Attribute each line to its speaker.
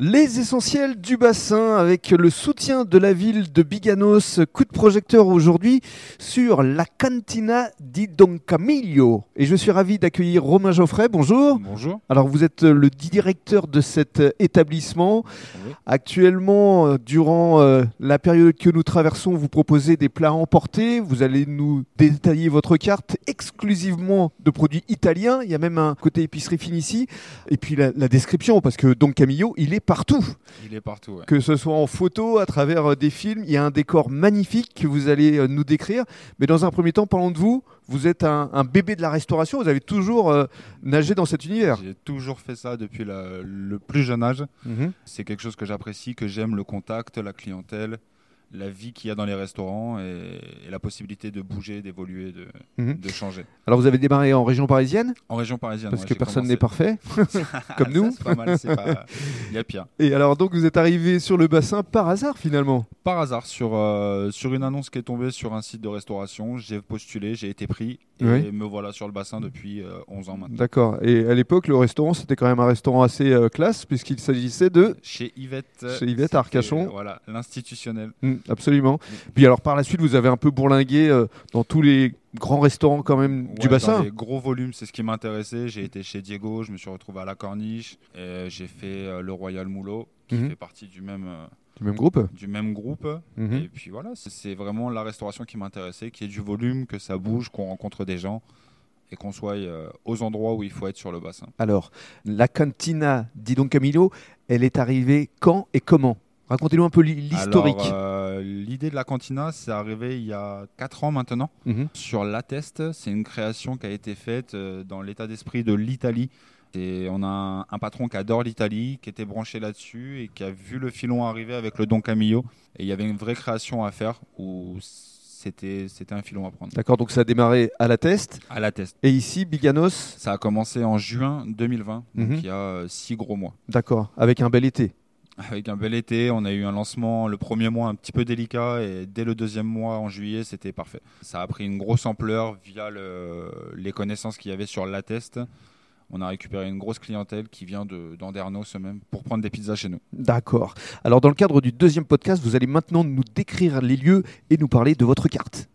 Speaker 1: Les essentiels du bassin avec le soutien de la ville de Biganos. Coup de projecteur aujourd'hui sur la Cantina di Don Camillo. Et je suis ravi d'accueillir Romain Geoffrey. Bonjour.
Speaker 2: Bonjour.
Speaker 1: Alors vous êtes euh, le directeur de cet euh, établissement.
Speaker 2: Oui.
Speaker 1: Actuellement, euh, durant euh, la période que nous traversons, vous proposez des plats emportés. Vous allez nous détailler votre carte exclusivement de produits italiens. Il y a même un côté épicerie finici. Et puis la, la description, parce que Don Camillo, il est partout.
Speaker 2: Il est partout. ouais.
Speaker 1: Que ce soit en photo, à travers euh, des films, il y a un décor magnifique que vous allez euh, nous décrire. Mais dans un premier temps, parlons de vous. Vous êtes un, un bébé de la restauration. Vous avez toujours euh, nagé dans cet univers.
Speaker 2: J'ai toujours fait ça depuis la- le plus jeune âge. C'est quelque chose que j'apprécie, que j'aime, le contact, la clientèle, la vie qu'il y a dans les restaurants et, et la possibilité de bouger, d'évoluer, de,
Speaker 1: Mhm.
Speaker 2: de changer.
Speaker 1: Alors vous avez démarré en région parisienne,
Speaker 2: En région parisienne.
Speaker 1: parce
Speaker 2: ouais,
Speaker 1: que
Speaker 2: Ah, j'ai
Speaker 1: personne
Speaker 2: commencé.
Speaker 1: n'est parfait. comme
Speaker 2: Ça,
Speaker 1: nous.
Speaker 2: C'est pas mal, c'est pas- Il y a pire.
Speaker 1: Et alors donc vous êtes arrivé sur le bassin par hasard finalement.
Speaker 2: Par hasard, sur, euh, sur une annonce qui est tombée sur un site de restauration, j'ai postulé, j'ai été pris et
Speaker 1: Oui.
Speaker 2: me voilà sur le bassin depuis euh, 11 ans maintenant.
Speaker 1: D'accord. Et à l'époque le restaurant c'était quand même un restaurant assez euh, classe puisqu'il s'agissait de
Speaker 2: Chez Yvette.
Speaker 1: Chez Yvette,
Speaker 2: c'était,
Speaker 1: Arcachon.
Speaker 2: Voilà, l'institutionnel.
Speaker 1: Mm, absolument. Puis alors par la suite vous avez un peu bourlingué euh, dans tous les grands restaurants quand même
Speaker 2: Ouais,
Speaker 1: du
Speaker 2: dans
Speaker 1: bassin.
Speaker 2: les gros volumes, c'est ce qui m'intéressait. J'ai été chez Diego, je me suis retrouvé à la Corniche, et j'ai fait euh, le Royal Moulot, qui
Speaker 1: Mhm.
Speaker 2: fait partie du même, euh,
Speaker 1: Du même groupe.
Speaker 2: du même groupe.
Speaker 1: Mhm.
Speaker 2: Et puis voilà, c'est- c'est vraiment la restauration qui m'intéressait, qu'il y ait du volume, que ça bouge, qu'on rencontre des gens et qu'on soit euh, aux endroits où il faut être sur le bassin.
Speaker 1: Alors la cantina dis donc Camilo, elle est arrivée quand et comment Racontez-nous un peu l'hi- l'historique.
Speaker 2: Alors, euh, L'idée de la cantina, c'est arrivé il y a 4 ans maintenant.
Speaker 1: Mhm.
Speaker 2: Sur l'Attest, c'est une création qui a été faite euh, dans l'état d'esprit de l'Italie. Et on a un, un patron qui adore l'Italie, qui était branché là-dessus et qui a vu le filon arriver avec le Don Camillo. Et il y avait une vraie création à faire où c'était c'était un filon à prendre.
Speaker 1: D'accord, donc ça a démarré à la Teste
Speaker 2: À l'Attest.
Speaker 1: et ici Biganos,
Speaker 2: Ça a commencé en juin 2020, donc
Speaker 1: Mhm.
Speaker 2: il y a euh, six gros mois.
Speaker 1: d'accord, avec un bel été.
Speaker 2: Avec un bel été, on a eu un lancement le premier mois un petit peu délicat et dès le deuxième mois en juillet, c'était parfait. Ça a pris une grosse ampleur via le- les connaissances qu'il y avait sur l'Attest. On a récupéré une grosse clientèle qui vient de- d'Andernos même pour prendre des pizzas chez nous.
Speaker 1: D'accord. Alors dans le cadre du deuxième podcast, vous allez maintenant nous décrire les lieux et nous parler de votre carte.